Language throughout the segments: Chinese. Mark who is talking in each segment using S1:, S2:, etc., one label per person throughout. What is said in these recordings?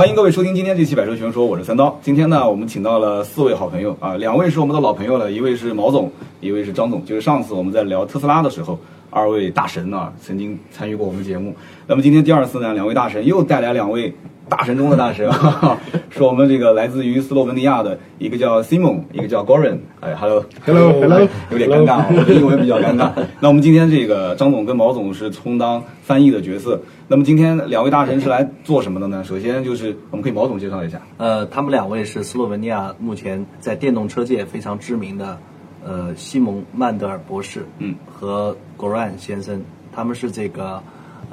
S1: 欢迎各位收听今天这期《百车全说》，我是三刀。今天呢，我们请到了四位好朋友啊，两位是我们的老朋友了，一位是毛总，一位是张总。就是上次我们在聊特斯拉的时候，二位大神呢、啊曾经参与过我们节目。那么今天第二次呢，两位大神又带来两位大神中的大神，啊， 是我们这个来自于斯洛文尼亚的一个叫 Simon，一个叫 Goran。哎，Hello，Hello，Hello，
S2: Hello，Hello
S1: 有点尴尬啊，我的英文比较尴尬。那我们今天这个张总跟毛总是充当翻译的角色。那么今天两位大神是来做什么的呢？首先就是我们可以毛总介绍一下，
S3: 呃，他们两位是斯洛文尼亚目前在电动车界非常知名的，呃，西蒙曼德尔博士，
S1: 嗯，
S3: 和 Goran 先生，他们是这个，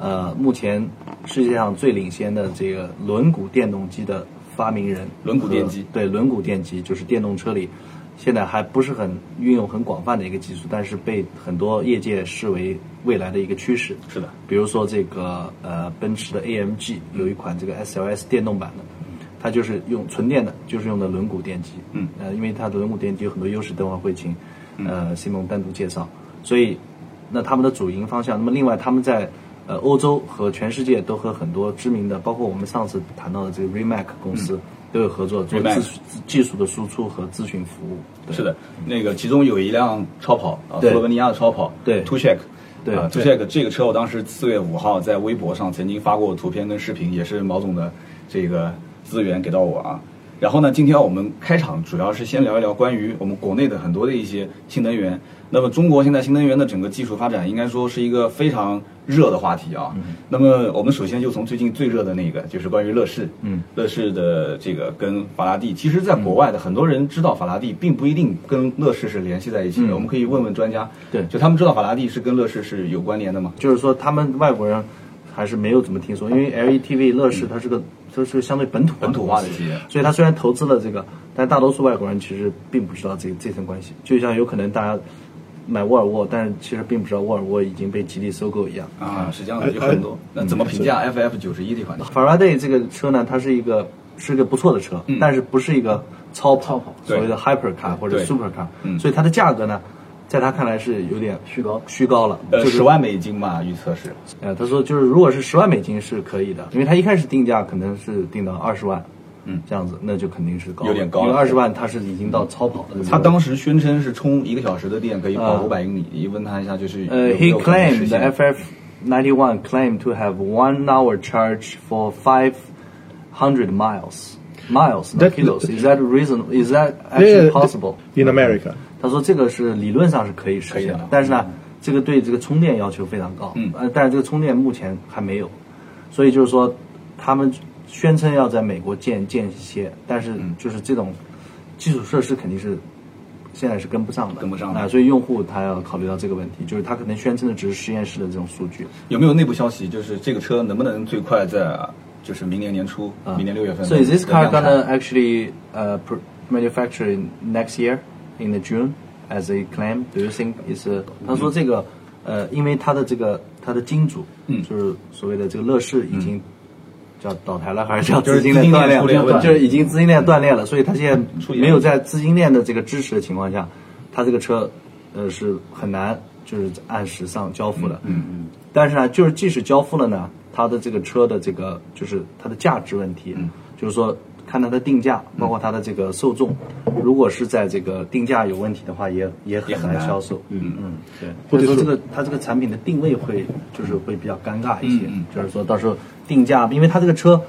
S3: 呃，目前世界上最领先的这个轮毂电动机的发明人，
S1: 轮毂电机
S3: 和对，轮毂电机就是电动车里现在还不是很运用很广泛的一个技术，但是被很多业界视为未来的一个趋势。
S1: 是的，
S3: 比如说这个呃，奔驰的 AMG 有一款这个 SLS 电动版的，它就是用纯电的，就是用的轮毂电机。
S1: 嗯
S3: 呃，因为它的轮毂电机有很多优势，等会儿会请呃西蒙单独介绍。所以，那他们的主营方向，那么另外他们在呃欧洲和全世界都和很多知名的，包括我们上次谈到的这个 Rimac 公司、
S1: 嗯
S3: 都有合作做
S1: Rimac
S3: 技术技术的输出和咨询服务。对
S1: 是的，那个其中有一辆超跑啊，斯
S3: 对
S1: 洛文尼亚的超跑，
S3: 对
S1: t u s h e k
S3: 对
S1: 啊 t u s h e k 这个车我当时四月五号在微博上曾经发过图片跟视频，也是毛总的这个资源给到我啊。然后呢，今天我们开场主要是先聊一聊关于我们国内的很多的一些新能源。那么中国现在新能源的整个技术发展，应该说是一个非常热的话题啊。
S3: 嗯
S1: 那么我们首先就从最近最热的那个，就是关于乐视，
S3: 嗯，
S1: 乐视的这个跟法拉第，其实在国外的很多人知道法拉第，并不一定跟乐视是联系在一起的。
S3: 嗯
S1: 我们可以问问专家，
S3: 对
S1: 就他们知道法拉第是跟乐视是有关联的吗？
S3: 就是说他们外国人还是没有怎么听说，因为 LETV 乐视它是个它是个相对本土
S1: 本土化的
S3: 公司
S1: 企业
S3: 所以它虽然投资了这个，但大多数外国人其实并不知道这这层关系，就像有可能大家买沃尔沃，但是其实并不知道沃尔沃已经被吉利收购一样。
S1: 啊，是这样的，有很多。那怎么评价 FF 九十一这款车？
S3: Faraday 这个车呢，它是一个是个不错的车，但是不是一个超跑，
S1: 嗯对
S3: 所谓的 hyper car 或者
S1: 对
S3: super car，、
S1: 嗯
S3: 所以它的价格呢，在他看来是有点虚高虚高了，
S1: 呃，
S3: 就是
S1: 十万美金吧，预测是。
S3: 呃，他说就是如果是十万美金是可以的，因为他一开始定价可能是定到二十万，
S1: 嗯，
S3: 这样子那就肯定是高了，
S1: 有点高了嗯
S3: 因为二十万它是已经到超跑的。
S1: 他当时宣称是充一个小时的电可以跑
S3: 啊
S1: 五百英里，你问他一下就是有
S3: 呃
S1: 没
S3: ，he
S1: 有可能实
S3: claimed the
S1: 现？
S3: FF ninety one claimed to have one hour charge for five hundred miles miles not
S2: That-
S3: kilos. Is that reason? Is that
S2: Yeah,
S3: actually possible?
S2: in America.
S3: 他说这个是理论上是可以实现
S1: 可以
S3: 的
S1: 的，
S3: 但是呢，这个对这个充电要求非常高，
S1: 嗯
S3: 呃，但是这个充电目前还没有，所以就是说，他们宣称要在美国建建一些，但是
S1: 嗯
S3: 就是这种基础设施肯定是现在是跟不上的，
S1: 跟不上的
S3: 啊、所以用户他要考虑到这个问题，就是他可能宣称的只是实验室的这种数据，
S1: 有没有内部消息？就是这个车能不能最快在就是明年年初，
S3: 啊
S1: 明年六月份？
S3: So is this car gonna actually uh, pr- manufacture in next year in the June as a claim? Do you think is a- 他说这个呃，因为它的这个它的金主，
S1: 嗯
S3: 就是所谓的这个乐视已经叫倒台了，还是叫
S1: 就是
S3: 资金链
S1: 资金链
S3: 断裂
S1: 出了问
S3: 了？
S1: 题
S3: 就是已经资金链断裂了，所以它现
S1: 出
S3: 在
S1: 现
S3: 没有在资金链的这个支持的情况下，它这个车呃是很难就是按时上交付的。嗯嗯。但是呢，就是即使交付了呢，它的这个车的这个就是它的价值问题，就是说看它的定价，包括它的这个受众，如果是在这个定价有问题的话，也也
S1: 也
S3: 很
S1: 很难
S3: 难销售。嗯嗯，对。
S2: 或
S3: 或
S2: 者
S3: 者
S2: 说
S3: 说这个它这个产品的定位会就是会比较尴尬一些，
S1: 嗯嗯
S3: 就是说到时候定价，因为它这个车。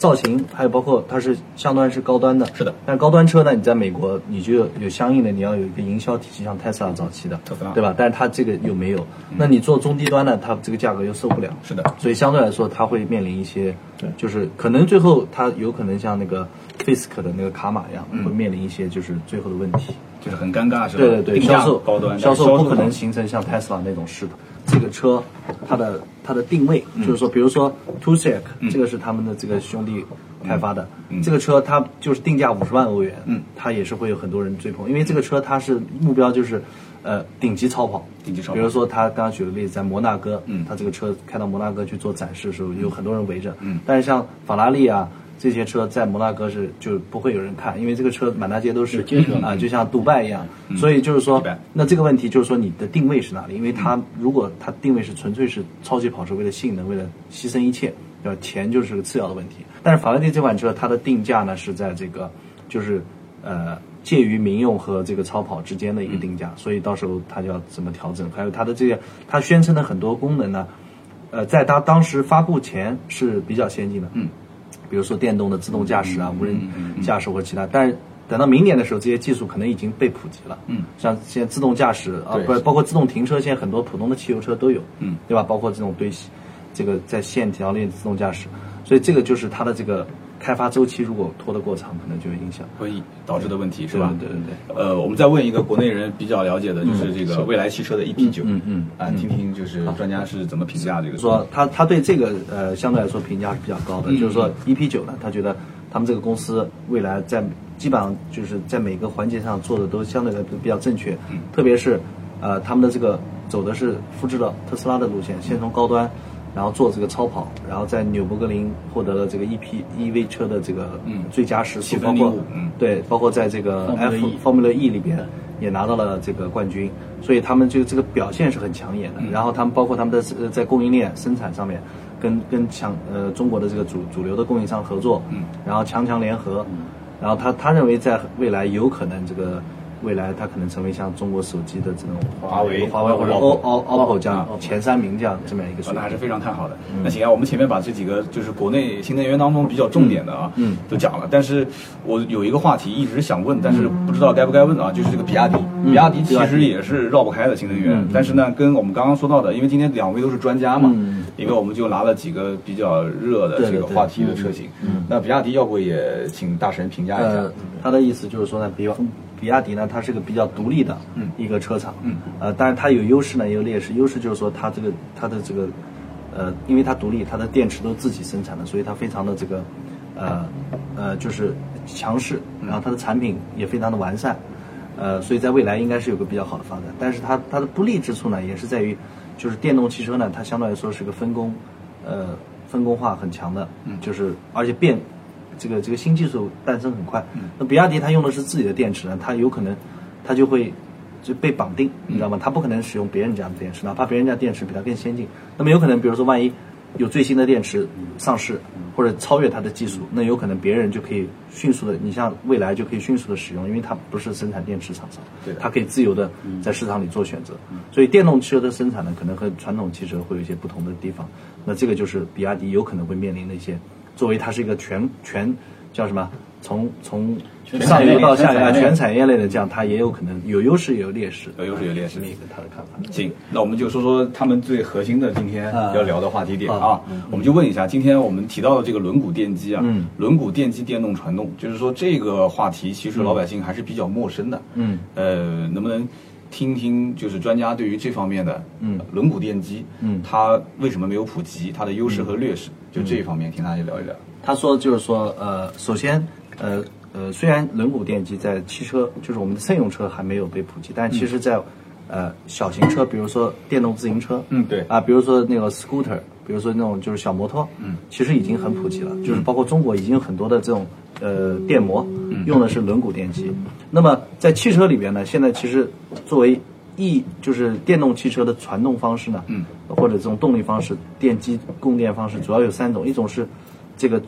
S3: 造型还有包括它是相当是高端的，
S1: 是的
S3: 但是高端车呢，你在美国你就有相应的，你要有一个营销体系，像 Tesla 早期的
S1: 特斯拉嗯
S3: 对吧？但是它这个又没有，那你做中低端呢，它这个价格又受不了，
S1: 是的
S3: 所以相对来说，它会面临一些
S2: 对，
S3: 就是可能最后它有可能像那个 Fisk 的那个卡玛一样，
S1: 嗯
S3: 会面临一些就是最后的问题。
S1: 就是很尴尬，是吧？
S3: 对对对，
S1: 定
S3: 销
S1: 价
S3: 售
S1: 高端，
S3: 销售
S1: 但是
S3: 不可能
S1: 上
S3: 形成像 Tesla 那种势头。这个车它的它的定位
S1: 嗯
S3: 就是说，比如说 t u s h e k 这个是他们的这个兄弟开发的，
S1: 嗯
S3: 这个车它就是定价五十万欧元，它也是会有很多人追捧，因为这个车它是目标就是呃顶级超跑，
S1: 顶级超跑
S3: 比如说他刚刚举了例子，在摩纳哥，他这个车开到摩纳哥去做展示的时候，有很多人围着，但是像法拉利啊。这些车在摩纳哥是就不会有人看，因为这个车嗯满大街都是啊，就像杜拜一样，所以就是说
S1: 明白，嗯
S3: 那这个问题就是说你的定位是哪里？因为它如果它定位是纯粹是超级跑是为了性能，为了牺牲一切，对吧？钱就是个次要的问题。但是法拉第这款车它的定价呢是在这个就是呃介于民用和这个超跑之间的一个定
S1: 嗯
S3: 价，所以到时候它就要怎么调整，还有它的这个它宣称的很多功能呢，呃，在它当时发布前是比较先进的，
S1: 嗯，
S3: 比如说电动的自动驾驶啊、无人驾驶或其他，但是等到明年的时候，这些技术可能已经被普及了。
S1: 嗯，
S3: 像现在自动驾驶啊
S1: 对，
S3: 不包括自动停车，现在很多普通的汽油车都有。
S1: 嗯，
S3: 对吧？包括这种对这个在线条链自动驾驶，所以这个就是它的这个开发周期如果拖得过长，可能就有影响。
S1: 瘟疫导致的问题是吧？
S3: 嗯对对对
S1: 呃，我们再问一个国内人比较了解的，就是这个未来汽车的 EP 九，
S3: 嗯嗯
S1: 啊，听听就是专家是怎么评价这个。
S3: 说他他对这个呃相对来说评价是比较高
S1: 嗯
S3: 的，就是说 EP 九呢，他觉得他们这个公司未来在基本上就是在每个环节上做的都相对来说比较正确，
S1: 嗯
S3: 特别是呃他们的这个走的是复制了特斯拉的路线，先从高端。然后做这个超跑，然后在纽博格林获得了这个 EP EV 车的这个最佳时
S1: 积
S3: 速，包
S1: 嗯分
S3: 括
S1: 礼物嗯
S3: 对，包括在这个
S2: Formula
S3: F
S2: E
S3: Formula E 里边也拿到了这个冠军，所以他们就这个表现是很抢眼的。然后他们包括他们的呃在供应链生产上面，跟跟强呃中国的这个主主流的供应商合作，
S1: 嗯，
S3: 然后强强联合，然后他他认为在未来有可能这个未来它可能成为像中国手机的这种
S1: 华为
S3: 华为或者
S1: OPPO
S3: O O OPPO 这样
S1: 嗯
S3: 前三名这样这么样一个水
S1: 那还是
S3: 平。
S1: 非常看好的。
S3: 嗯
S1: 那行啊，我们前面把这几个就是国内新能源当中比较重点的啊，
S3: 嗯嗯
S1: 都讲了。但是我有一个话题一直想问，但是
S3: 嗯
S1: 不知道该不该问啊，就是这个比亚迪。比亚迪其实也是绕不开的新能源，但是呢，跟我们刚刚说到的，因为今天两位都是专家嘛，
S3: 嗯
S1: 因为我们就拿了几个比较热的
S3: 对
S1: 这个
S3: 对对
S1: 话题的车型。那比亚迪要不也请大神评价一下嗯
S3: 呃？，他的意思就是说呢，比亚比亚迪呢，它是个比较独立的一个车厂，
S1: 嗯
S3: 呃，但是它有优势呢，也有劣势。优势就是说它这个它的这个，呃，因为它独立，它的电池都自己生产的，所以它非常的这个，呃呃，就是强势，
S1: 嗯
S3: 然后它的产品也非常的完善，呃，所以在未来应该是有个比较好的发展。但是它它的不利之处呢，也是在于，就是电动汽车呢，它相对来说是个分工，呃，分工化很强的，就是而且变这个这个新技术诞生很快。那比亚迪它用的是自己的电池呢，它有可能它就会就被绑定，你知道吗？它不可能使用别人家的电池，哪怕别人家电池比它更先进。那么有可能，比如说万一有最新的电池上市或者超越它的技术，那有可能别人就可以迅速的，你像未来就可以迅速的使用，因为它不是生产电池厂商
S1: 对的，
S3: 它可以自由的在市场里做选择。所以电动汽车的生产呢，可能和传统汽车会有一些不同的地方。那这个就是比亚迪有可能会面临的一些，作为它是一个全全叫什么？从从
S2: 全
S3: 上游到下游啊
S2: 产业链
S3: 全产业类的这样，它也有可能有优势也有劣势。
S1: 有优势有劣势
S3: 这么一个他的看法。
S1: 行，那我们就说说他们最核心的今天
S3: 啊
S1: 要聊的话题点啊
S3: 啊，
S1: 我们就问一下，今天我们提到的这个轮毂电机啊
S3: 嗯，
S1: 轮毂电机电动传动，就是说这个话题其实老百姓还是比较陌生的，
S3: 嗯，
S1: 呃，能不能听听就是专家对于这方面的，
S3: 嗯
S1: 轮毂电机，
S3: 嗯
S1: 它为什么没有普及，它的优势和劣势，就这一方面，听大家聊一聊。
S3: 他说就是说，呃，首先，呃呃，虽然轮毂电机在汽车，就是我们的乘用车还没有被普及，但其实在，呃，小型车，比如说电动自行车，
S1: 嗯对
S3: 啊，比如说那个 scooter，比如说那种就是小摩托，嗯，其实已经很普及
S1: 嗯
S3: 了，就是包括中国已经有很多的这种呃电摩，
S1: 嗯
S3: 用的是轮毂电机。那么在汽车里边呢，现在其实作为 E 就是电动汽车的传动方式呢，
S1: 嗯，
S3: 或者这种动力方式、电机供电方式，主要有三种，一种是这个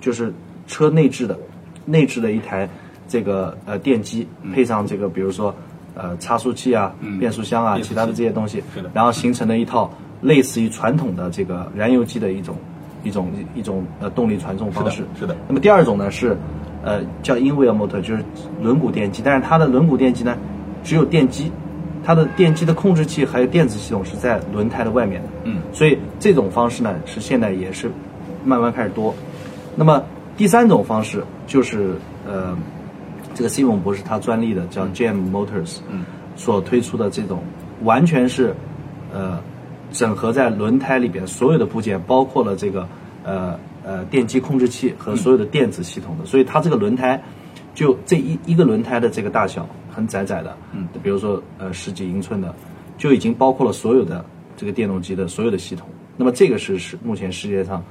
S3: 就是车内置的，内置的一台这个呃电机，
S1: 嗯
S3: 配上这个比如说呃差速器啊、变速箱啊、
S1: 变速
S3: 其他的
S1: 器
S3: 这些东西
S1: 是的，
S3: 然后形成了一套类似于传统的这个燃油机的一种一种一种呃动力传送方式。
S1: 是的
S3: 那么第二种呢是呃叫 in wheel motor，就是轮毂电机，但是它的轮毂电机呢只有电机，它的电机的控制器还有电子系统是在轮胎的外面的。
S1: 嗯
S3: 所以这种方式呢是现在也是慢慢开始多。那么第三种方式就是呃，这个 Simon 博士他专利的叫 GM Motors，
S1: 嗯，
S3: 所推出的这种完全是呃整合在轮胎里边所有的部件，包括了这个呃呃电机控制器和所有的电子系统的，所以它这个轮胎。就这一一个轮胎的这个大小很窄窄的，嗯，比如说呃十几英寸的，就已经包括了所有的这个电动机的所有的系统。那么这个是是目前世界上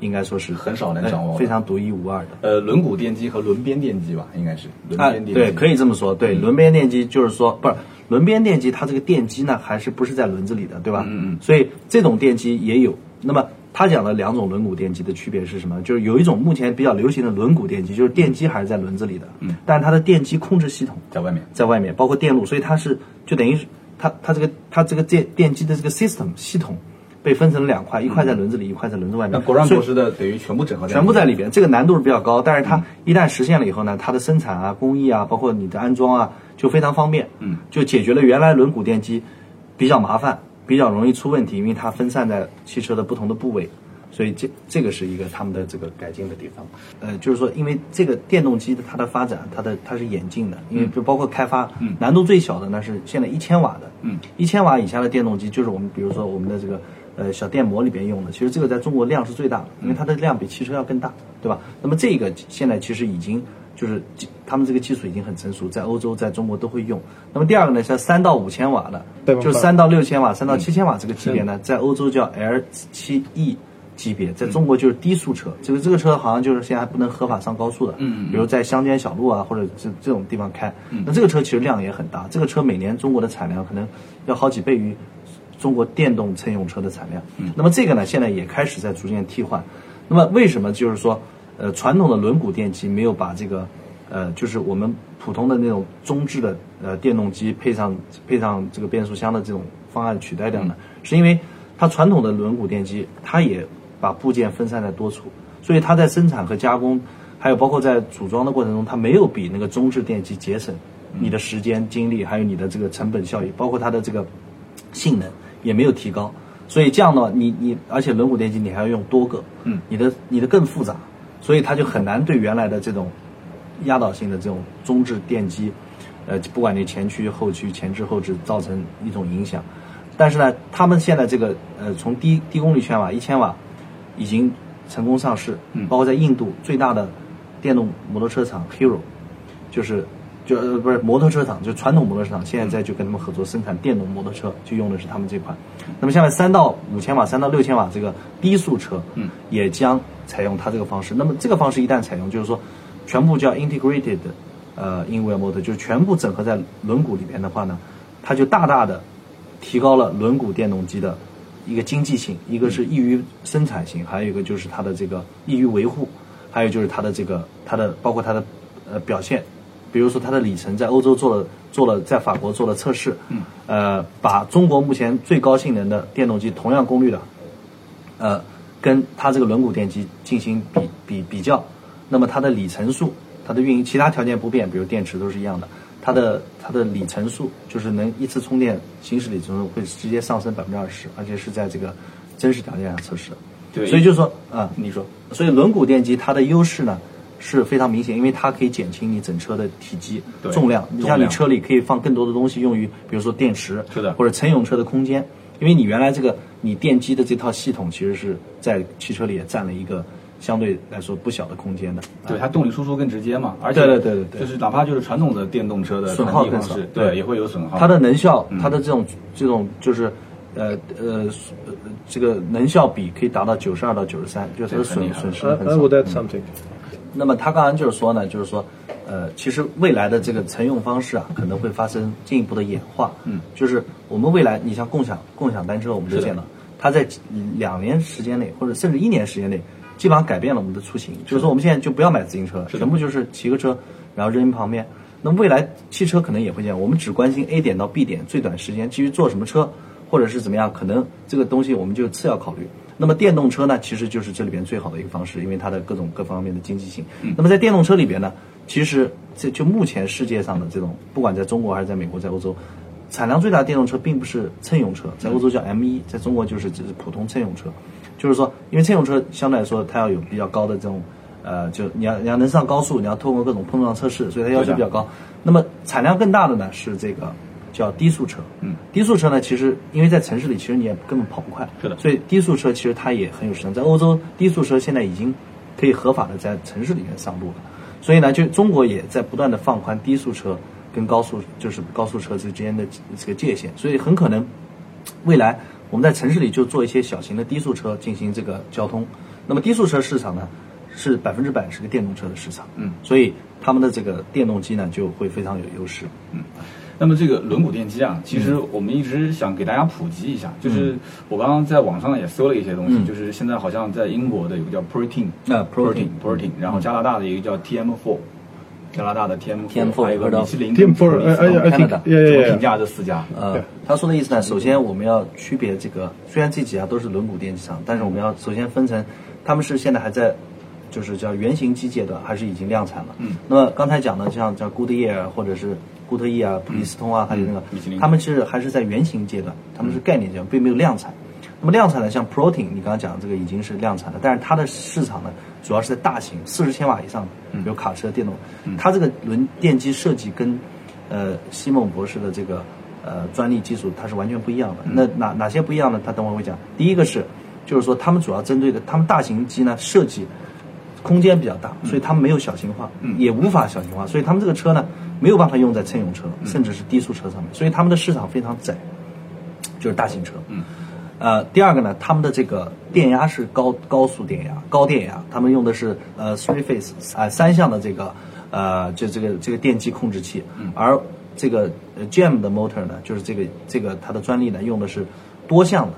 S3: 应该说是
S1: 很少能掌握的
S3: 呃非常独一无二的。
S1: 呃，轮毂电机和轮边电机吧，应该是轮
S3: 啊，
S1: 边电机，嗯
S3: 对，可以这么说。对，轮边电机就是说，不是轮边电机，它这个电机呢还是不是在轮子里的，对吧？
S1: 嗯嗯嗯
S3: 所以这种电机也有，那么他讲了两种轮毂电机的区别是什么？就是有一种目前比较流行的轮毂电机，就是电机还是在轮子里的，嗯，但是它的电机控制系统
S1: 在外面。
S3: 在外面，包括电路，所以它是就等于是它它这个它这个电电机的这个 system 系统被分成两块，一块在轮子里，一块在轮子外
S1: 那
S3: 面。
S1: 国让
S3: 所以
S1: 博士的等于全部整合在
S3: 全部在里边，这个难度是比较高，但是它一旦实现了以后呢，它的生产啊、工艺啊，包括你的安装啊，就非常方便，
S1: 嗯，
S3: 就解决了原来轮毂电机比较麻烦、比较容易出问题，因为它分散在汽车的不同的部位，所以这这个是一个他们的这个改进的地方。呃，就是说，因为这个电动机的它的发展，它的它是演进的，因为就包括开发，嗯，难度最小的呢是现在一千瓦的，
S1: 嗯，
S3: 一千瓦以下的电动机就是我们比如说我们的这个。呃小电摩里边用的，其实这个在中国量是最大的，因为它的量比汽车要更大，对吧？那么这个现在其实已经就是技他们这个技术已经很成熟，在欧洲、在中国都会用。那么第二个呢，像三到五千瓦的，
S2: 对
S3: 就是三到六千瓦、
S1: 嗯
S3: 三到七千瓦这个级别呢，在欧洲叫 L 七 E 级别，在中国就是低速车。这个这个车好像就是现在还不能合法上高速的，
S1: 嗯嗯嗯嗯
S3: 比如在乡间小路啊或者这这种地方开。那这个车其实量也很大，这个车每年中国的产量可能要好几倍于中国电动乘用车的产量。那么这个呢，现在也开始在逐渐替换。那么为什么就是说，呃，传统的轮毂电机没有把这个，呃，就是我们普通的那种中置的呃电动机配上配上这个变速箱的这种方案取代掉呢？是因为它传统的轮毂电机，它也把部件分散在多处，所以它在生产和加工，还有包括在组装的过程中，它没有比那个中置电机节省你的时间、精力，还有你的这个成本效益，包括它的这个性能也没有提高。所以这样的话，你你而且轮毂电机你还要用多个，
S1: 嗯
S3: 你的你的更复杂，所以它就很难对原来的这种压倒性的这种中置电机，呃，不管你前驱、后驱、前置、后置，造成一种影响。但是呢，他们现在这个呃，从低低功率千瓦、一千瓦，已经成功上市，
S1: 嗯
S3: 包括在印度最大的电动摩托车厂 Hero，就是就呃不是摩托车厂，就传统摩托车厂，现在在就跟他们合作生产电动摩托车，就用的是他们这款。那么下面三到五千瓦、三到六千瓦这个低速车，
S1: 嗯，
S3: 也将采用它这个方式。那么这个方式一旦采用，就是说全部叫 integrated，呃 i n w h e e motor，就是全部整合在轮毂里边的话呢，它就大大的提高了轮毂电动机的一个经济性，一个是易于生产性，还有一个就是它的这个易于维护，还有就是它的这个它的包括它的呃表现，比如说它的里程在欧洲做了做了在法国做了测试，嗯，呃，把中国目前最高性能的电动机同样功率的，呃，跟它这个轮毂电机进行比比比较，那么它的里程数、它的运营其他条件不变，比如电池都是一样的，它的它的里程数就是能一次充电行驶里程数会直接上升百分之二十，而且是在这个真实条件下测试的。
S1: 对
S3: 所以就是说，啊、
S1: 你说
S3: 所以轮毂电机它的优势呢是非常明显，因为它可以减轻你整车的体积
S1: 对、
S3: 重量。你像
S1: 重
S3: 你
S1: 量
S3: 车里可以放更多的东西用于，比如说电池，
S1: 是的
S3: 或者乘用车的空间。因为你原来这个你电机的这套系统，其实是在汽车里也占了一个相对来说不小的空间的。啊
S1: 对啊它动力输出更直接嘛，而且
S3: 对对对对对
S1: 就是哪怕就是传统的电动车的
S3: 损
S1: 传
S3: 耗
S1: 递
S3: 更
S1: 方式
S3: 少，对
S1: 对也会有损耗。
S3: 它的能效，
S1: 嗯
S3: 它的这种这种就是，呃呃，呃这个能效比可以达到九十二到九十三，就是它的
S1: 这很厉
S3: 损
S1: 害
S3: 损失
S2: I,
S3: 很少
S2: I。would add something.
S3: 那么他刚刚就是说呢，就是说，呃，其实未来的这个乘用方式啊，可能会发生进一步的演化。
S1: 嗯，
S3: 就是我们未来，你像共享共享单车，我们就是
S1: 的
S3: 见了，它在两年时间内，或者甚至一年时间内，基本上改变了我们的出行。就是说，我们现在就不要买自行车了，
S1: 是的
S3: 全部就是骑个车，然后扔旁边。那么未来汽车可能也会这样，我们只关心 A 点到 B 点最短时间，至于坐什么车或者是怎么样，可能这个东西我们就次要考虑。那么电动车呢，其实就是这里边最好的一个方式，因为它的各种各方面的经济性。那么在电动车里边呢，其实这就目前世界上的这种，不管在中国还是在美国，在欧洲，产量最大的电动车并不是乘用车，在欧洲叫 M 一，在中国就是只是普通乘用车。就是说，因为乘用车相对来说它要有比较高的这种，呃，就你要你要能上高速，你要通过各种碰撞测试，所以它要求比较高。那么产量更大的呢是这个叫低速车。
S1: 嗯，
S3: 低速车呢，其实因为在城市里，其实你也根本跑不快。
S1: 是的
S3: 所以低速车其实它也很有市场，在欧洲低速车现在已经可以合法的在城市里面上路了。所以呢，就中国也在不断的放宽低速车跟高速就是高速车之间的这个界限，所以很可能未来我们在城市里就做一些小型的低速车进行这个交通。那么低速车市场呢，是百分之百是个电动车的市场，
S1: 嗯
S3: 所以他们的这个电动机呢就会非常有优势。
S1: 那么这个轮毂电机啊，其
S3: 嗯
S1: 实我们一直想给大家普及一下，就是我刚刚在网上也搜了一些东西，
S3: 嗯
S1: 就是现在好像在英国的有个叫 Protein，
S3: 那 protein 嗯
S1: Protein，然后加拿大的一个叫 TM4，加拿大的
S3: TM4
S1: 还有一个米其林
S2: Team
S1: 跟
S2: Four,
S1: 普
S2: I,
S1: 利
S2: I,
S1: 斯
S2: I
S3: 看
S2: think,
S3: 得到
S2: yeah,
S1: 怎
S2: yeah,
S1: 么
S2: yeah.
S1: 评价这四家？
S3: 呃，他说的意思呢，首先我们要区别这个，虽然这几家都是轮毂电机厂，但是我们要首先分成，他们是现在还在，就是叫原型机阶段，还是已经量产了。
S1: 嗯。
S3: 那么刚才讲的，像叫 Goodyear 或者是固特异啊、普利司通啊，还有那个
S1: 米其林，
S3: 他们是还是在原型阶段，他们是概念阶段，并没有量产。那么量产呢，像 Protein，你刚刚讲的这个已经是量产了，但是它的市场呢，主要是在大型四十千瓦以上的，比如卡车、电动，它这个轮电机设计跟呃西蒙博士的这个呃专利技术，它是完全不一样的。那哪哪些不一样呢？他等会儿会讲。第一个是，就是说他们主要针对的，他们大型机呢设计空间比较大，所以他们没有小型化，也无法小型化，所以他们这个车呢没有办法用在乘用车，甚至是低速车上面，所以他们的市场非常窄，就是大型车。嗯。呃，第二个呢，他们的这个电压是高高速电压、高电压，他们用的是呃 three phase 啊、三项的这个呃就这个这个电机控制器，而这个呃 GM 的 motor 呢，就是这个这个它的专利呢用的是多项的，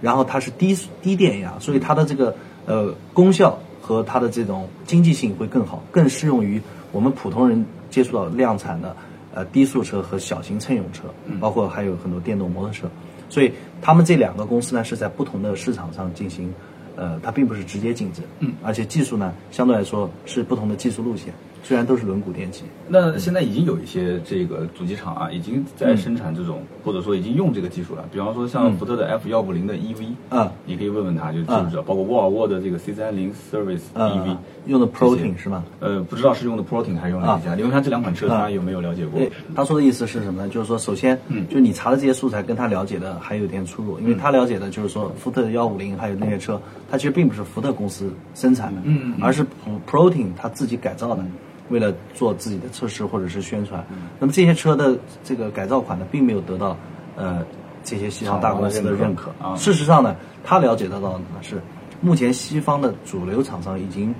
S3: 然后它是低速低电压，所以它的这个呃功效和它的这种经济性会更好，更适用于我们普通人接触到量产的呃低速车和小型乘用车，包括还有很多电动摩托车。所以他们这两个公司呢是在不同的市场上进行，呃，它并不是直接竞争，嗯，而且技术呢相对来说是不同的技术路线，虽然都是轮毂电机，
S1: 那现在已经有一些这个主机厂啊，已经在生产这种，或者说已经用这个技术了。比方说像福特的 F 幺五零的 EV，
S3: 嗯啊
S1: 你可以问问他，就知不知道。包括沃尔沃的这个 C 三零 Service
S3: 呃
S1: EV，，
S3: 用的
S1: 这些
S3: protein 是吗？
S1: 呃，不知道是用的 Protein 还是用的哪家？你问他这两款车，
S3: 啊
S1: 他有没有了解过？
S3: 对，他说的意思是什么呢？就是说，首先，嗯，就是你查的这些素材跟他了解的还有点出入，因为他了解的就是说，福特幺五零还有那些车，它其实并不是福特公司生产的，嗯，而是 Protein 他自己改造的，为了做自己的测试或者是宣传。那么这些车的这个改造款呢，并没有得到呃这些西方大公司的认可
S1: 啊
S3: 事实上呢，他了解得到的呢是，目前西方的主流厂商已经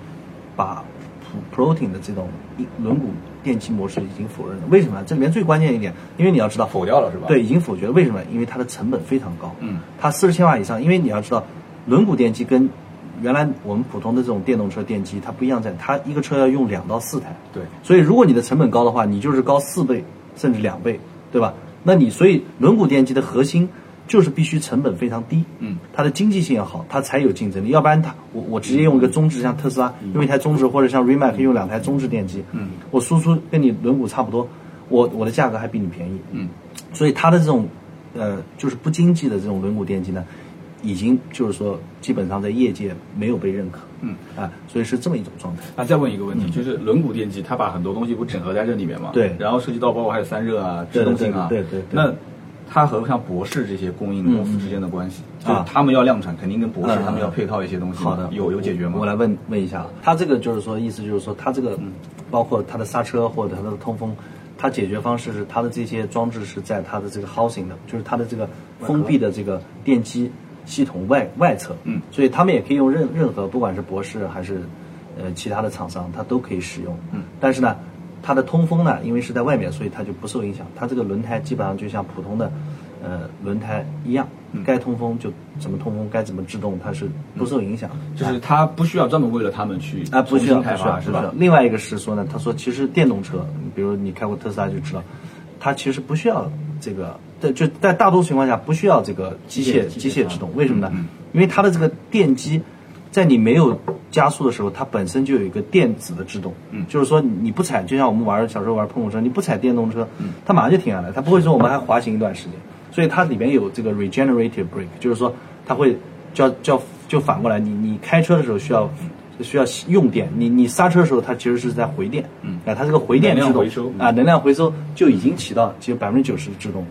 S3: 把 Pro- Protein 的这种轮毂电机模式已经否认了。为什么呢？这里面最关键一点，因为你要知道，
S1: 否掉了是吧
S3: 对，已经否决了。为什么？因为它的成本非常高。
S1: 嗯，
S3: 它四十千瓦以上，因为你要知道，轮毂电机跟原来我们普通的这种电动车电机它不一样在，它一个车要用两到四台。
S1: 对
S3: 所以如果你的成本高的话，你就是高四倍甚至两倍，对吧？那你所以轮毂电机的核心就是必须成本非常低，
S1: 嗯，
S3: 它的经济性要好，它才有竞争力。要不然它我我直接用一个中置，像特斯拉用一台中置，或者像 Rimac 用两台中置电机，嗯，我输出跟你轮毂差不多，我我的价格还比你便宜，嗯，所以它的这种呃就是不经济的这种轮毂电机呢。已经就是说，基本上在业界没有被认可，嗯啊，所以是这么一种状态。
S1: 那啊再问一个问题，就是轮毂电机，它把很多东西不整合在这里面嘛？
S3: 嗯对
S1: 然后涉及到包括还有散热啊、制
S3: 对对
S1: 动性啊，
S3: 对对对对
S1: 那它和像博士这些供应公司之间的关系，
S3: 嗯
S1: 就是他们要量产，肯定跟博士
S3: 嗯
S1: 他们要配套一些东西嘛。
S3: 好的，
S1: 有有解决吗？
S3: 我来问问一下，它这个就是说，意思就是说，它这个嗯包括它的刹车或者它的通风，它解决方式是它的这些装置是在它的这个 housing 的，就是它的这个封闭的这个电机系统外外侧。
S1: 嗯，
S3: 所以他们也可以用任任何，不管是博士还是呃其他的厂商，它都可以使用。嗯，但是呢，它的通风呢，因为是在外面，所以它就不受影响。它这个轮胎基本上就像普通的呃轮胎一样，该通风就怎么通风，该怎么制动，它是不受影响的。
S1: 就是它不需要专门为了他们去
S3: 啊，不需
S1: 重新
S3: 要
S1: 开
S3: 不需要
S1: 发，是
S3: 不需要
S1: 吧？
S3: 另外一个是说呢，他说其实电动车，比如你开过特斯拉就知道，它其实不需要这个，对，就在大多数情况下不需要这个机械
S1: 机
S3: 机
S1: 械啊嗯
S3: 械制动，为什么呢？因为它的这个电机。在你没有加速的时候，它本身就有一个电子的制动，嗯，就是说你不踩，就像我们玩小时候玩碰碰车，你不踩电动车，
S1: 嗯
S3: 它马上就停下来，它不会说我们还滑行一段时间，所以它里面有这个 regenerative brake，就是说它会叫叫就反过来，你你开车的时候需要需要用电，你你刹车的时候它其实是在回电，嗯，啊，它这个回电制
S1: 能量
S3: 动
S1: 回收
S3: 啊，能量回收就已经起到只有百分之九十的制动了，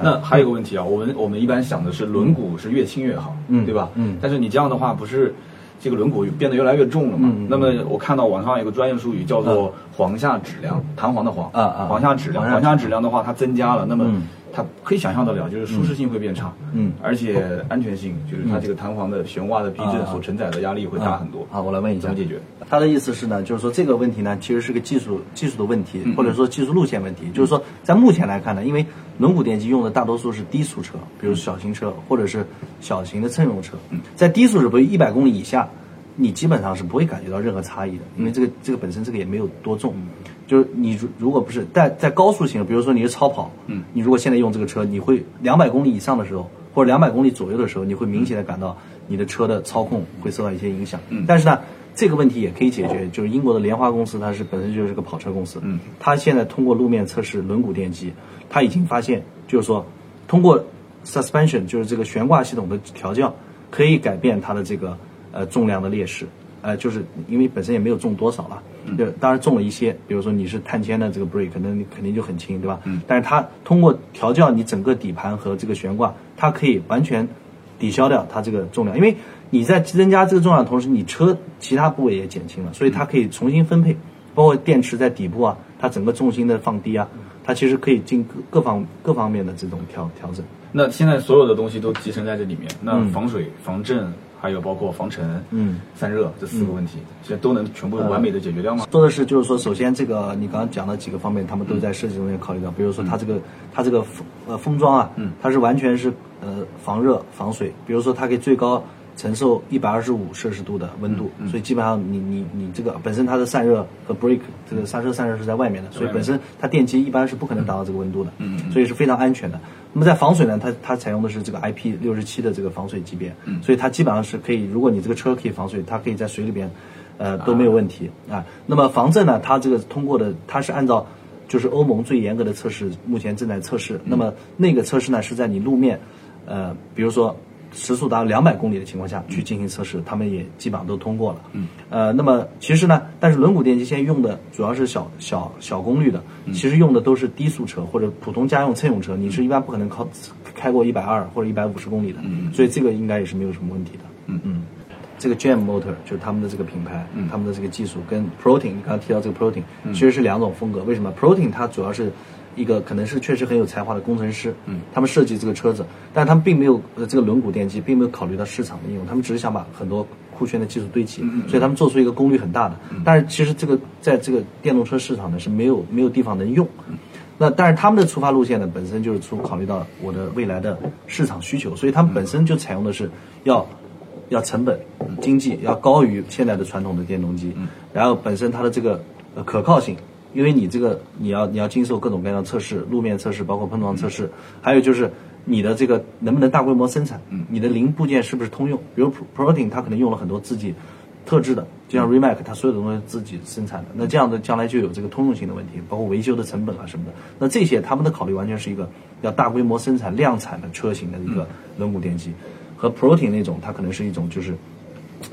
S1: 那还有一个问题啊，我们我们一般想的是轮毂是越轻越好，
S3: 嗯
S1: 对吧？
S3: 嗯
S1: 但是你这样的话，不是这个轮毂变得越来越重了嘛？
S3: 嗯
S1: 那么我看到网上有个专业术语叫做“簧下质量”，弹簧的簧
S3: 啊啊
S1: 簧下质量，
S3: 簧下
S1: 簧下质量的话，它增加了，那么
S3: 嗯
S1: 它可以想象得了，就是舒适性会变差，
S3: 嗯，
S1: 而且安全性就是它这个弹簧的悬挂的避震所承载的压力会大很多。
S3: 啊，我来问一下，
S1: 怎么解决？
S3: 他的意思是呢，就是说这个问题呢，其实是个技术技术的问题，或者说技术路线问题。就是说，在目前来看呢，因为轮毂电机用的大多数是低速车，比如小型车或者是小型的乘用车，在低速是不一百公里以下，你基本上是不会感觉到任何差异的，因为这个这个本身这个也没有多重。就是你如如果不是在在高速型，比如说你是超跑，嗯，你如果现在用这个车，你会两百公里以上的时候，或者两百公里左右的时候，你会明显的感到你的车的操控会受到一些影响。嗯，但是呢，这个问题也可以解决。就是英国的莲花公司，它是本身就是个跑车公司，嗯，它现在通过路面测试轮毂电机，它已经发现，就是说通过 suspension，就是这个悬挂系统的调教，可以改变它的这个呃重量的劣势。呃，就是因为本身也没有重多少了，就当然重了一些。比如说你是碳纤的这个 brake，那你肯定就很轻，对吧？嗯。但是它通过调教你整个底盘和这个悬挂，它可以完全抵消掉它这个重量，因为你在增加这个重量的同时，你车其他部位也减轻了，所以它可以重新分配，包括电池在底部啊，它整个重心的放低啊，它其实可以进各各方各方面的这种调调整。
S1: 那现在所有的东西都集成在这里面，那防水、防震，还有包括防尘、
S3: 嗯、
S1: 散热这四个问题，现在都能全部完美的解决掉吗？
S3: 说的是，就是说，首先这个你刚刚讲的几个方面，他们都在设计中间考虑到，比如说它这个它这个封呃封装啊，它是完全是呃防热防水，比如说它可以最高承受一百二十五摄氏度的温度，所以基本上你你你这个本身它的散热和 brake 这个刹车散热是在外面的，所以本身它电机一般是不可能达到这个温度的，所以是非常安全的。那么在防水呢，它它采用的是这个 IP 六十七的这个防水级别，所以它基本上是可以，如果你这个车可以防水，它可以在水里边。呃都没有问题啊。那么防震呢，它这个通过的，它是按照就是欧盟最严格的测试，目前正在测试。那么那个测试呢，是在你路面，呃，比如说时速达两百公里的情况下去进行测试，他们也基本上都通过了。嗯，呃，那么其实呢，但是轮毂电机现在用的主要是小小小功率的，其实用的都是低速车或者普通家用乘用车，你是一般不可能靠开过一百二或者一百五十公里的，所以这个应该也是没有什么问题的。嗯嗯。这个 Jam Motor 就是他们的这个品牌，他们的这个技术跟 Protein，你刚刚提到这个 Protein，、其实是两种风格。为什么？Protein 它主要是一个可能是确实很有才华的工程师，他们设计这个车子，但他们并没有呃这个轮毂电机并没有考虑到市场的应用，他们只是想把很多库存的技术堆齐，所以他们做出一个功率很大的。但是其实这个在这个电动车市场呢是没有没有地方能用。那但是他们的出发路线呢，本身就是出考虑到我的未来的市场需求，所以他们本身就采用的是要要成本嗯经济要高于现在的传统的电动机，然后本身它的这个呃可靠性，因为你这个你要你要经受各种各样的测试，路面测试包括碰撞测试，还有就是你的这个能不能大规模生产，你的零部件是不是通用？比如 Protein 它可能用了很多自己特制的，就像 Remac 它所有的东西自己生产的，那这样的将来就有这个通用性的问题，包括维修的成本啊什么的。那这些他们的考虑完全是一个要大规模生产量产的车型的一
S1: 嗯
S3: 个轮毂电机。和 protein 那种，它可能是一种就是，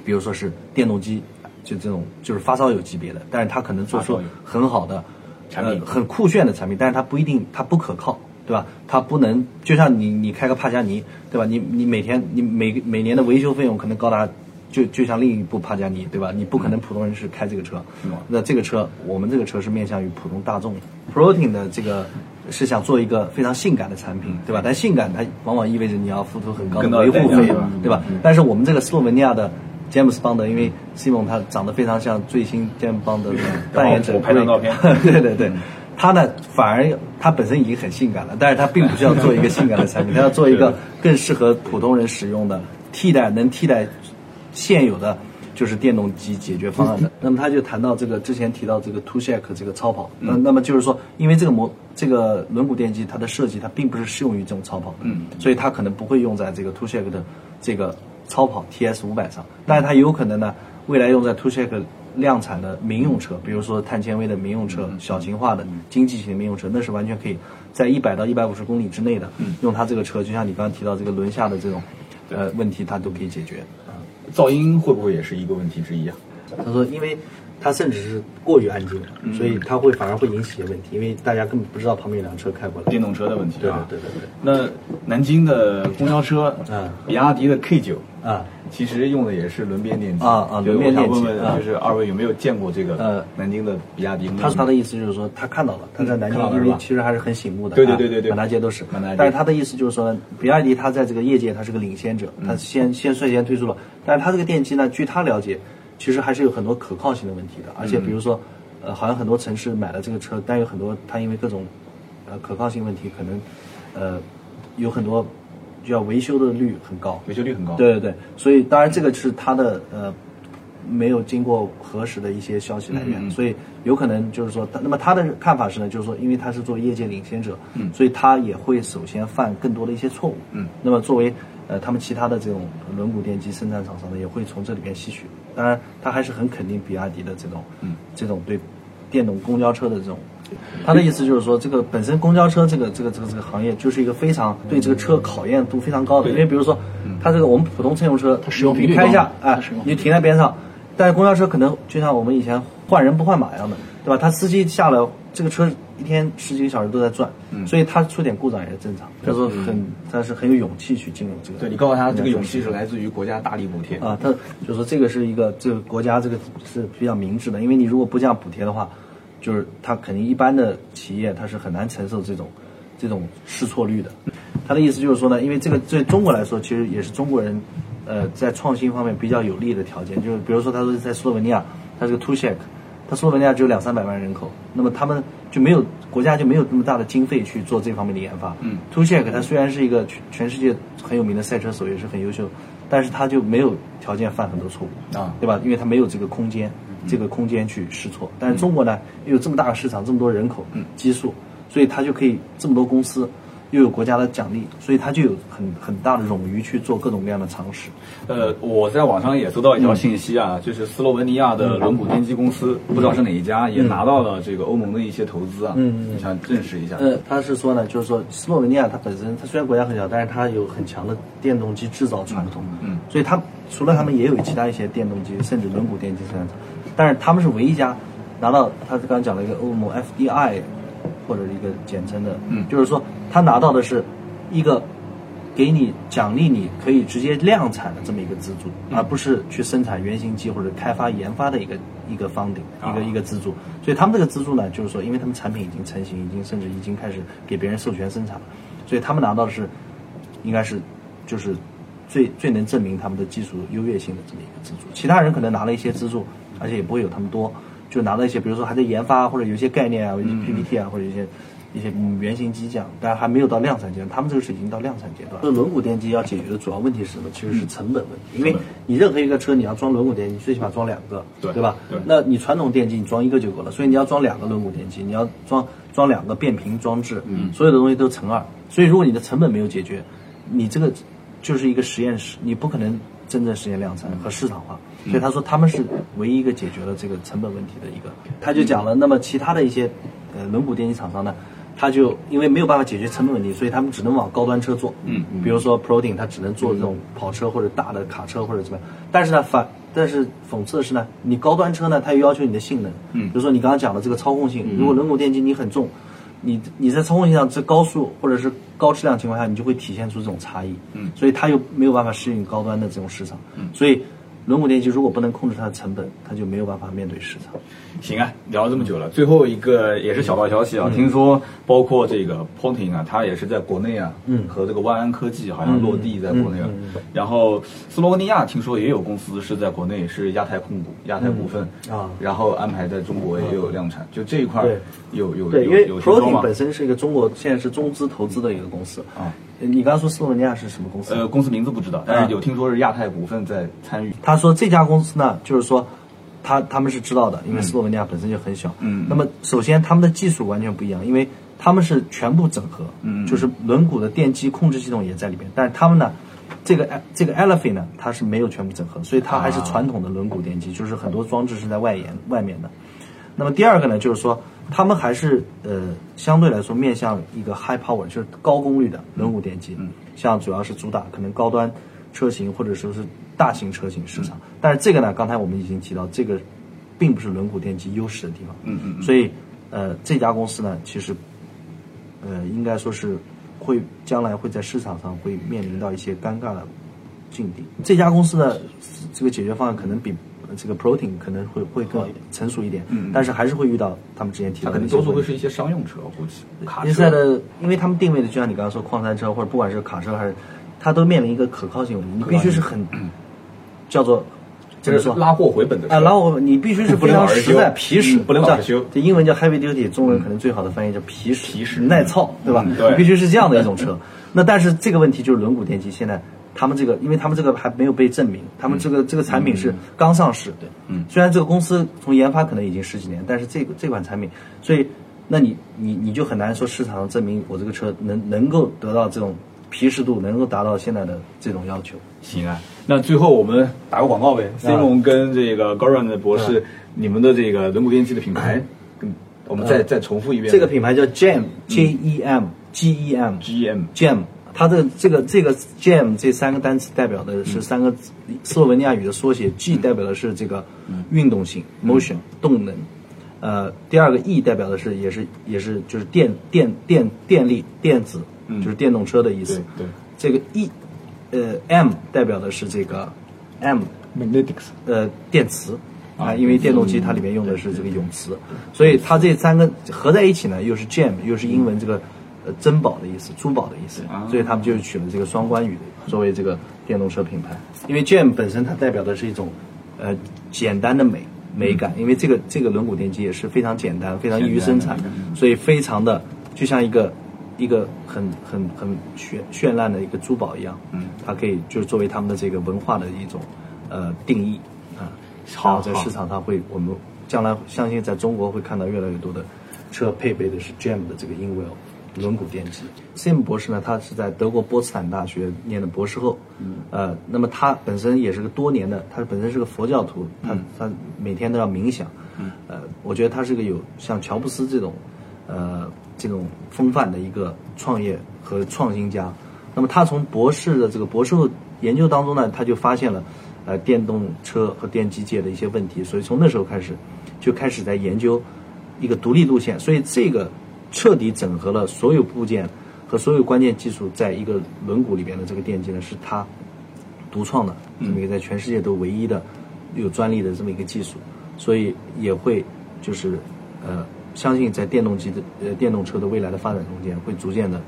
S3: 比如说是电动机，就这种就是发烧友级别的，但是它可能做
S1: 发
S3: 出
S1: 烧友
S3: 很好的
S1: 产品
S3: 呃、很酷炫的产品，但是它不一定它不可靠，对吧？它不能就像你你开个帕加尼，对吧？你你每天你每每年的维修费用可能高达。就就像另一部帕加尼，对吧？你不可能普通人是开这个车，
S1: 嗯
S3: 那这个车我们这个车是面向于普通大众的。Protein 的这个是想做一个非常性感的产品，对吧？但性感它往往意味着你要付出很高
S1: 嗯更
S3: 的
S1: 高的
S3: 维护
S1: 代价嗯
S3: 费
S1: 是
S3: 用
S1: 吧，
S3: 对吧？但是我们这个斯洛文尼亚的詹姆斯邦德，因为 Simon 他长得非常像最新詹姆斯邦德的扮演者，
S1: 我拍张照片
S3: 对对对。他呢，反而他本身已经很性感了，但是他并不是要做一个性感的 产品，他要做一个更适合普通人使用的替代，能替代现有的就是电动机解决方案
S1: 嗯
S3: 的。那么他就谈到这个之前提到这个 t o s h a k 这个超跑，
S1: 嗯
S3: 那那么就是说，因为这个模这个轮毂电机它的设计它并不是适用于这种超跑的，嗯，所以它可能不会用在这个 t o s h a k 的这个超跑 TS 五百上，但是它有可能呢，未来用在 t o s h a k 量产的民用车，比如说碳纤维的民用车、小型化的经济型的民用车，那是完全可以在一百到一百五十公里之内的，用它这个车，就像你刚刚提到这个轮下的这种呃问题，它都可以解决。
S1: 噪音会不会也是一个问题之一啊？
S3: 他说，因为他甚至是过于安静了，所以他会反而会引起一些问题，因为大家根本不知道旁边有辆车开过来。
S1: 电动车的问题
S3: 对
S1: 啊。
S3: 对对对对。
S1: 那南京的公交车，
S3: 嗯
S1: 比亚迪的 K 九，
S3: 啊，
S1: 其实用的也是轮边电机
S3: 啊啊
S1: 就是
S3: 轮边电机
S1: 我想问问，
S3: 啊
S1: 就是二位有没有见过这个
S3: 呃
S1: 南京的比亚迪？
S3: 他他的意思就是说，他看到了，他在南京
S1: 嗯看到，了
S3: 因
S1: 是
S3: 为
S1: 吧
S3: 其实还是很醒目的，
S1: 对对
S3: 啊
S1: 对对对
S3: 满大街都是
S1: 满大街。
S3: 但是他的意思就是说，比亚迪它在这个业界它是个领先者，
S1: 嗯
S3: 它先先率先推出了。但是它这个电机呢，据他了解，其实还是有很多可靠性的问题的。而且比
S1: 嗯
S3: 如说，呃，好像很多城市买了这个车，但有很多它因为各种呃可靠性问题，可能呃有很多就要维修的率很高。
S1: 维修率很高。
S3: 对对对，所以当然这个是他的呃没有经过核实的一些消息来源，
S1: 嗯嗯嗯
S3: 所以有可能就是说，那么他的看法是呢，就是说，因为他是做业界领先者，所以他也会首先犯更多的一些错误，
S1: 嗯，
S3: 那么作为呃他们其他的这种轮毂电机生产厂商呢，也会从这里边吸取，当然他还是很肯定比亚迪的这种，
S1: 嗯，
S3: 这种对电动公交车的这种。他的意思就是说，这个本身公交车这个这个这个这个行业就是一个非常对这个车考验度非常高的，
S1: 对
S3: 因为比如说，它这个我们普通乘用车，
S2: 嗯它使用
S3: 你
S2: 频率
S3: 开一
S2: 高
S3: 下，
S2: 它
S3: 哎
S2: 使用，
S3: 你停在边上，但是公交车可能就像我们以前换人不换马一样的，对吧？他司机下了这个车一天十几个小时都在转，
S2: 嗯
S3: 所以他出点故障也是正常。他说很，他是很有勇气去进入这个。
S1: 对，你告诉他
S3: 嗯
S1: 这个勇气是来自于国家大力补贴。
S3: 啊，他就说这个是一个这个国家这个是比较明智的，因为你如果不这样补贴的话，就是他肯定一般的企业它是很难承受这种这种试错率的。他的意思就是说呢，因为这个对中国来说，其实也是中国人呃在创新方面比较有利的条件，就是比如说他说在斯洛文尼亚，他这个 t u s h e k 他斯洛文尼亚只有两三百万人口，那么他们就没有国家就没有那么大的经费去做这方面的研发。
S1: 嗯
S3: t u s h e k 它虽然是一个全全世界很有名的赛车手，也是很优秀，但是它就没有条件犯很多错误
S1: 啊
S3: 对吧？因为它没有这个空间，这个空间去试错。但是中国呢，又有这么大的市场，这么多人口基数，所以它就可以这么多公司，又有国家的奖励，所以它就有很很大的冗余去做各种各样的尝试。
S1: 呃，我在网上也搜到一条信息
S3: 嗯
S1: 啊，就是斯洛文尼亚的轮毂电机公司，不知道是哪一家，也拿到了这个欧盟的一些投资啊。
S3: 嗯嗯嗯
S1: 我想证实一下。
S3: 呃，他是说呢，就是说斯洛文尼亚它本身，它虽然国家很小，但是它有很强的电动机制造传统，
S1: 嗯嗯
S3: 所以它除了他们也有其他一些电动机，甚至轮毂电机生产厂，但是他们是唯一一家拿到他刚刚讲了一个欧盟 FDI 或者一个简称的，
S1: 嗯
S3: 就是说他拿到的是一个给你奖励你可以直接量产的这么一个资助，
S1: 嗯
S3: 而不是去生产原型机或者开发研发的一个一个方顶
S1: 啊
S3: 一个一个资助。所以他们这个资助呢，就是说，因为他们产品已经成型，已经甚至已经开始给别人授权生产了，所以他们拿到的是应该是就是最最能证明他们的技术优越性的这么一个资助。其他人可能拿了一些资助，而且也不会有他们多，就拿到一些，比如说还在研发或者有一些概念啊，有一些 PPT 啊，或者一些一些嗯原型机这样，但还没有到量产阶段。他们这个是已经到量产阶段。这轮毂电机要解决的主要问题是什么？其实是成本问题，因为你任何一个车你要装轮毂电机，最起码装两个，
S1: 对
S3: 吧？
S1: 对
S3: 那你传统电机你装一个就够了，所以你要装两个轮毂电机，你要装装两个变频装置，所有的东西都乘二。所以如果你的成本没有解决，你这个就是一个实验室，你不可能真正实现量产和市场化。所以他说他们是唯一一个解决了这个成本问题的一个。他就讲了，那么其他的一些呃轮毂电机厂商呢，他就因为没有办法解决成本问题，所以他们只能往高端车做。
S1: 嗯嗯
S3: 比如说 p r o d i n 它只能做这种跑车或者大的卡车或者怎么样。但是呢，反但是讽刺的是呢，你高端车呢，它又要求你的性能。
S1: 嗯
S3: 比如说你刚刚讲的这个操控性，如果轮毂电机你很重，你你在操控性上这高速或者是高质量情况下，你就会体现出这种差异。
S1: 嗯
S3: 所以它又没有办法适应高端的这种市场。嗯，所以轮毂电机如果不能控制它的成本，它就没有办法面对市场。
S1: 行啊，聊了这么久了，最后一个也是小道消息啊，听说包括这个 Ponting 啊，它也是在国内啊，
S3: 嗯
S1: 和这个万安科技好像落地在国内了。
S3: 嗯嗯
S1: 然后斯洛文尼亚听说也有公司是在国内是亚太控股、亚太股份、
S3: 嗯啊
S1: 然后安排在中国也有量产，就这一块儿
S3: 对
S1: 有有
S3: 对，
S1: 有
S3: 因为
S1: 有
S3: p
S1: 听
S3: r
S1: 说
S3: o d i n
S1: 吗？
S3: 本身是一个中国现在是中资投资的一个公司呃
S1: 啊。
S3: 你刚刚说斯洛文尼亚是什么公司？
S1: 呃，公司名字不知道，但
S3: 啊
S1: 是有听说是亚太股份在参与。
S3: 他说这家公司呢，就是说，他他们是知道的，因为斯洛文尼亚本身就很小。
S1: 嗯
S3: 那么首先他们的技术完全不一样，因为他们是全部整合，
S1: 嗯
S3: 就是轮毂的电机控制系统也在里边，但是他们呢。这个这个 Elephant 呢，它是没有全部整合，所以它还是
S1: 啊
S3: 传统的轮毂电机，就是很多装置是在外延外面的。那么第二个呢，就是说他们还是呃相对来说面向一个 high power，就是高功率
S1: 嗯
S3: 的轮毂电机，像主要是主打可能高端车型或者说是大型车型市场。
S1: 嗯
S3: 但是这个呢，刚才我们已经提到，这个并不是轮毂电机优势的地方，
S1: 嗯嗯嗯
S3: 所以呃这家公司呢，其实呃应该说是会将来会在市场上会面临到一些尴尬的境地。这家公司的这个解决方案可能比这个 Protein 可能会会更成熟一点，但是还是会遇到他们之前提
S1: 它
S3: 到
S1: 可
S3: 的
S1: 能
S3: 一些
S1: 多
S3: 问题。
S1: 数会是一些商用车，我估计卡
S3: 现在
S1: 车。
S3: 的，因为他们定位的，就像你刚刚说矿山车或者不管是卡车还是，它都面临一个可靠性问题，你必须是很叫做
S1: 嗯就
S3: 怎么
S1: 是
S3: 说？
S1: 拉货回本的车。
S3: 啊，然后你必须是
S1: 不
S3: 非
S1: 能
S3: 常
S1: 老是
S3: 实
S1: 修
S3: 在、皮实，
S1: 嗯不能老
S3: 对吧
S1: 是修
S3: 这英文叫 heavy duty，中文可能最好的翻译叫皮实、皮实耐操，对吧
S1: 嗯？对
S3: 你必须是这样的一种车。那但是这个问题就是轮毂电机现在。他们这个，因为他们这个还没有被证明，他们这个、这个产品是刚上市，嗯对，嗯，虽然这个公司从研发可能已经十几年，但是这个这款产品，所以，那你你你就很难说市场上证明我这个车能能够得到这种皮实度，能够达到现在的这种要求，
S1: 行啊，那最后我们打个广告呗。Simon 跟这个 Goran 的博士，你们的这个轮毂电机的品牌，嗯，我们再再重复一遍。
S3: 这个品牌叫 Gem J E M G E M
S1: GM
S3: Gem，它的这个这个 Gem 这三个单词代表的是三个斯洛文尼亚语的缩写，G 代表的是这个运动性 motion 动能，呃，第二个 E 代表的是也是也是就是电电电电力电子，就是电动车的意思。
S1: 对对
S3: 这个 E，呃，M 代表的是这个 M
S1: Magnetics，
S3: 呃电磁啊，因为电动机它里面用的是这个永磁，所以它这三个合在一起呢，又是 gem，又是英文这个呃珍宝的意思、珠宝的意思，所以他们就取了这个双关语作为这个电动车品牌。因为 gem 本身它代表的是一种呃简单的美美感，因为这个这个轮毂电机也是非常简单、非常易于生产
S1: 简单的一，
S3: 所以非常的就像一个。一个很很很绚绚烂的一个珠宝一样，嗯，它可以就是作为他们的这个文化的一种呃定义啊，
S1: 好
S3: 然后在市场上会，我们将来相信在中国会看到越来越多的车配备的是 GM 的这个英 n w e l 轮毂电机。Sim 博士呢，他是在德国波茨坦大学念的博士后，呃，那么他本身也是个多年的，他本身是个佛教徒，他、他每天都要冥想，呃，我觉得他是个有像乔布斯这种，呃，这种风范的一个创业和创新家。那么他从博士的这个博士后研究当中呢，他就发现了呃电动车和电机界的一些问题，所以从那时候开始就开始在研究一个独立路线，所以这个彻底整合了所有部件和所有关键技术在一个轮毂里边的这个电机呢，是他独创的
S1: 嗯
S3: 这么一个在全世界都唯一的有专利的这么一个技术，所以也会就是呃相信在电动机的呃电动车的未来的发展中间会逐渐的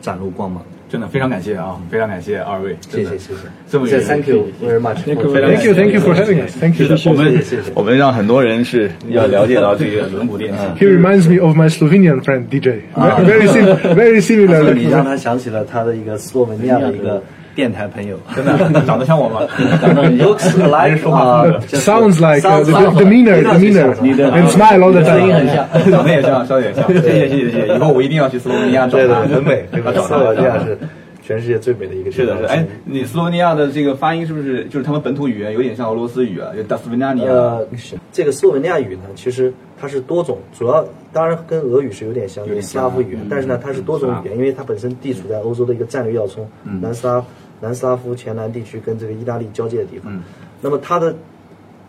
S3: 展露光芒。
S1: 真的非常感谢啊，非常感谢二位，真
S3: 谢
S1: 的
S3: 谢谢谢，
S1: 这么远
S3: Thank you very much.
S2: Thank
S3: for-
S2: you,
S1: 非常
S2: thank you, thank you for having us. Thank
S1: 是
S2: you.
S1: 的
S2: for，
S1: 我
S2: sharing.
S1: 们
S3: 谢谢
S1: 我们让很多人是要了解到这个轮毂电机。
S2: He reminds me of my Slovenian friend DJ. Very, sim- very
S3: 所
S2: similar.
S3: 以你让他想起了他的一个斯洛文尼亚的一 个电台朋友，
S1: 真的长得像我吗？
S3: 长得 looks
S1: 还
S3: like
S1: 是说
S3: 啊
S1: 话
S2: Sounds like uh, the, the demeanor, demeanor, and smile all the
S3: 声音
S2: time.
S3: 很 像。
S1: 长得也像，笑点像。谢谢谢谢谢谢，以后我一定要去斯洛文尼亚找
S3: 对
S1: 他，
S3: 的，很美，对
S1: 他
S3: 吧？
S1: 找
S3: 斯
S1: 他
S3: 洛文尼亚
S1: 找他
S3: 是全世界最美的一个地
S1: 是
S3: 方。
S1: 的，是的哎，你斯洛文尼亚的这个发音是不是就是他们本土语言有点像俄罗斯语啊？就达斯维纳尼亚
S3: 呃，这个斯洛文尼亚语呢，其实它是多种，主要当然跟俄语是有点像，
S1: 有点
S3: 斯
S1: 像
S3: 拉夫语言，但是呢，它是多种语言，因为它本身地处在欧洲的一个战略要冲，
S1: 嗯
S3: 南斯拉南斯拉夫前南地区跟这个意大利交界的地方。
S1: 嗯
S3: 那么它的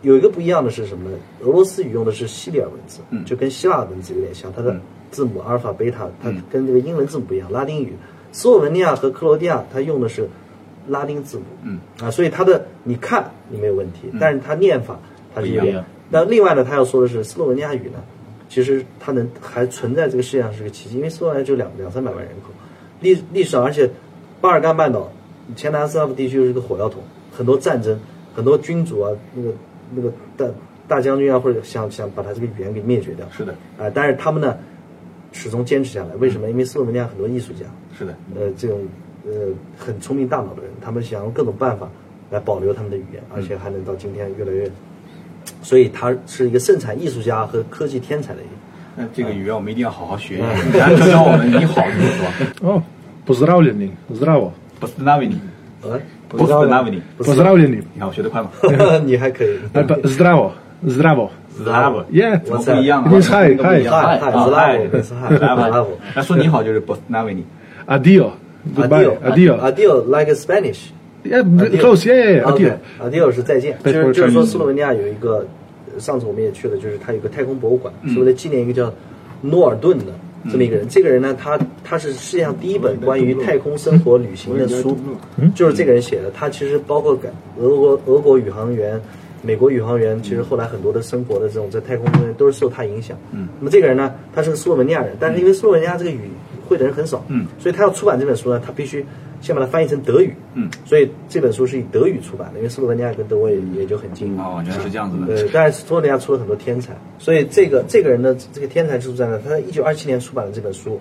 S3: 有一个不一样的是什么呢？俄罗斯语用的是西里尔文字，
S1: 嗯
S3: 就跟希腊文字有点像，它的字母阿尔法、贝塔，它
S1: 嗯
S3: 跟这个英文字母不一样。拉丁语，斯洛文尼亚和克罗地亚，它用的是拉丁字母，嗯啊，所以它的你看你没有问题，但是它念法它是有
S1: 嗯不一
S3: 点
S1: 样。
S3: 那另外呢，他要说的是斯洛文尼亚语呢，其实它能还存在这个世界上是个奇迹，因为斯洛文尼亚就两两三百万人口，历历史上而且巴尔干半岛前南斯拉夫地区是个火药桶，很多战争，很多君主啊，那个那个大大将军啊，或者想想把他这个语言给灭绝掉，
S1: 是的
S3: 啊、但是他们呢始终坚持下来，为什么？因为斯洛文尼亚很多艺术家，
S1: 是的，
S3: 呃，这种呃很聪明大脑的人，他们想用各种办法来保留他们的语言，而且还能到今天越来越，所以他是一个盛产艺术家和科技天才的一个。
S1: 那这个语言我们一定要好好学一下。
S3: 嗯
S1: 咱教教我们你好怎么说
S2: Oh, pozdravljeni, zdravo,
S1: b o s n a v i n i
S3: 呃，
S1: b o s n a v i n i
S3: 不是
S2: pozdravljeni.
S1: 你看我学得快吗
S3: 你还可以。
S2: Uh, pa- Zdravo, zdravo.
S1: s l a v
S2: Yeah.
S1: 怎么不一样啊？
S2: It is hi,
S1: 不一样
S3: hi. Hi, hi,
S1: Hi，
S3: Slavo，
S1: Hi，
S3: Slavo
S1: Slavo 那说你好就是 b o s n a v i n i
S2: Adio. Goodbye. Adio.
S3: Adio like Spanish。
S2: Yeah,
S3: 啊
S2: b- close. Yeah, yeah, yeah. Adio.
S3: Adio 是再见。其
S2: Before
S3: 实就是
S2: Chinese
S3: 说，斯洛文尼亚有一嗯个，呃上次我们也去了，就是它有个太空博物馆，是为了纪念一个叫诺尔顿的这么一个人。这个人呢，他他是世界上第一本关于太空生活旅行的书， 就是这个人写的。他其实包括俄国俄国宇航员、美国宇航员，其实后来很多的生活的这种在太空中都是受他影响。嗯，那么这个人呢，他是个斯洛文尼亚人，但是因为斯洛文尼亚这个语会的人很少，嗯，所以他要出版这本书呢，他必须先把它翻译成德语，嗯，所以这本书是以德语出版的，因为斯洛文尼亚跟德国也也就很近
S1: 哦，原来是这样子的。
S3: 对，呃但是斯洛文尼亚出了很多天才，所以这个这个人的这个天才之处在哪？他在一九二七年出版了这本书，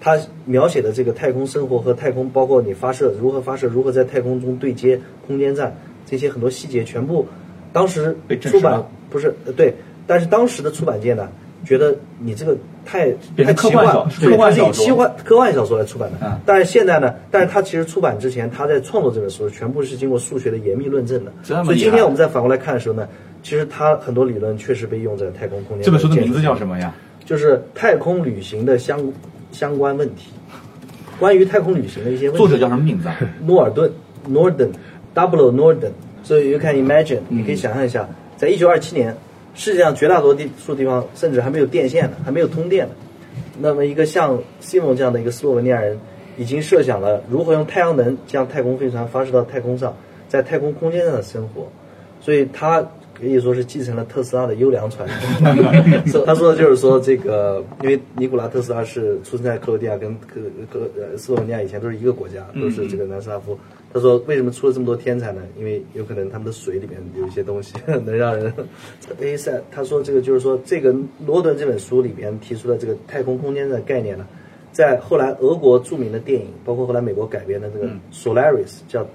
S3: 他描写的这个太空生活和太空，包括你发射如何发射，如何在太空中对接空间站这些很多细节，全部当时
S1: 被证实
S3: 出版
S1: 了
S3: 不是呃对，但是当时的出版界呢，觉得你这个太
S1: 变成
S3: 太
S1: 科
S3: 奇
S1: 幻
S3: 幻
S1: 小，
S3: 对
S1: 科幻
S3: 它是以
S1: 小说
S3: 奇幻科幻小说来出版的。
S1: 嗯
S3: 但是现在呢，但是他其实出版之前，他在创作这本书全部是经过数学的严密论证的。
S1: 这么厉害
S3: 所以今天我们再反过来看的时候呢，其实他很多理论确实被用在太空空间。
S1: 这本书的名字叫什
S3: 么？
S1: 么呀？
S3: 就是太空旅行的相相关问题，关于太空旅行的一些问题。
S1: 作者叫什么名字啊？
S3: 诺尔顿 （Norton，W. Norton）。所以 you can imagine，你
S1: 嗯
S3: 可以想象一下，在一九二七年，世界上绝大多地数地方甚至还没有电线呢，还没有通电呢。那么一个像 Simon 这样的一个斯洛文尼亚人，已经设想了如何用太阳能将太空飞船发射到太空上，在太空空间上的生活。所以他可以说是继承了特斯拉的优良传统。 所以他说的就是说这个，因为尼古拉特斯拉是出生在克罗地亚跟克克呃斯洛文尼亚以前都是一个国家，都是这个南斯拉夫。他说为什么出了这么多天才呢？因为有可能他们的水里面有一些东西能让人。A 赛他说这个就是说这个罗顿这本书里边提出的这个太空空间的概念呢。在后来俄国著名的电影，包括后来美国改编的这个《Solaris》，叫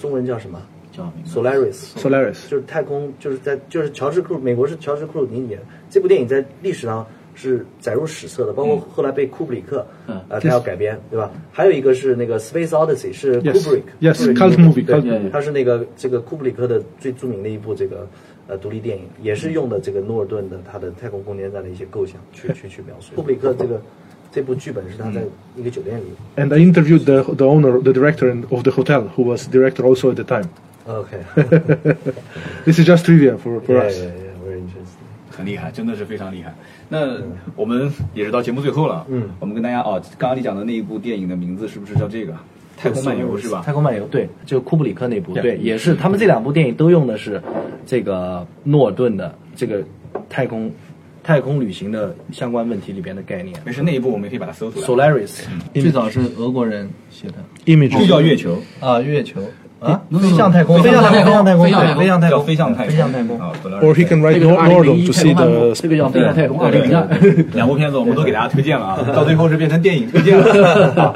S3: 中文叫什么？
S4: 叫名字
S3: Solaris。
S2: Solaris
S3: 就是太空，就是在就是乔治克鲁，美国是乔治克鲁尼演的这部电影在历史上是载入史册的，包括
S2: 嗯
S3: 后来被库布里克，
S4: 嗯
S3: 呃，他要改编，对吧？还有一个是那个《Space Odyssey》是
S2: Yes,
S3: Kubrick，
S2: yes,
S3: 库布里克
S2: cult movie,
S3: 对
S2: cult movie
S3: 它是那个这个库布里克的最著名的一部这个呃独立电影，也是用的这个诺尔顿的他的太空空间站的一些构想去去去描述。库布里克这个这部剧本是他
S2: 嗯
S3: 在一个酒店里
S2: And I interviewed the, the owner, the director and- of the hotel, who was director also at the time.
S3: ，OK，
S2: This is just trivia for, for us.
S3: very interesting。
S1: 很厉害，真的是非常厉害。那我们也是到节目最后了，嗯，我们跟大家哦，刚刚你讲的那一部电影的名字是不是叫这个《太空漫游》是吧
S4: 太？空漫游，对，就库布里克那部，
S1: Yeah
S4: 对，也是他们这两部电影都用的是这个诺尔顿的这个太空太空旅行的相关问题里边的概念。
S1: 没事，那一部我们也可以把它搜出来。
S4: Solaris 嗯最早是俄国人写的
S2: Image.
S1: 哦就叫月球，
S4: 啊，月球啊，
S1: 嗯
S4: 飞向太空，
S5: 飞向太空
S4: 飞
S5: 飞向
S4: 向太
S5: 太空
S4: 空，对飞向太
S1: 叫
S4: 空，
S1: 飞向太
S4: 飞向太空。
S1: 啊，Solaris，
S2: Or he can
S5: 这
S2: write
S5: 个是
S2: Nor-
S5: 二零
S2: Nordon
S5: 一
S2: to
S5: 太
S2: see
S5: 空漫步，这
S2: the.
S5: 个叫飞向太空二零一二。
S1: 对，两部片子我们都给大家推荐了啊，到最后是变成电影推荐了。好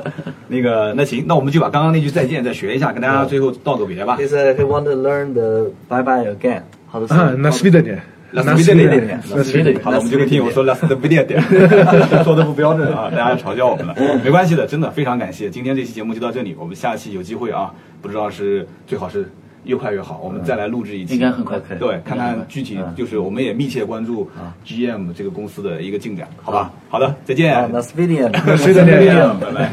S1: 那个，那行，那我们就把刚刚那句再见再学一下，跟大家最后道个别吧
S3: He。said he want to learn the
S4: Bye bye again，好的，
S2: Ah, Nasvidanje.
S1: Nasvidanje. 好
S4: 那
S1: 了，我们就跟听友说 last the video 点， 说的不标准啊，大家嘲笑我们了，没关系的，真的非常感谢，今天这期节目就到这里，我们下期有机会啊，不知道是最好是。越快越好，我们再来录制一期，
S5: 嗯应该很快嗯
S1: 对，看看具体就是，我们也密切关注 GM 这个公司的一个进展，好吧？好的，再见，
S4: Nasvideo，
S1: 再见，拜拜。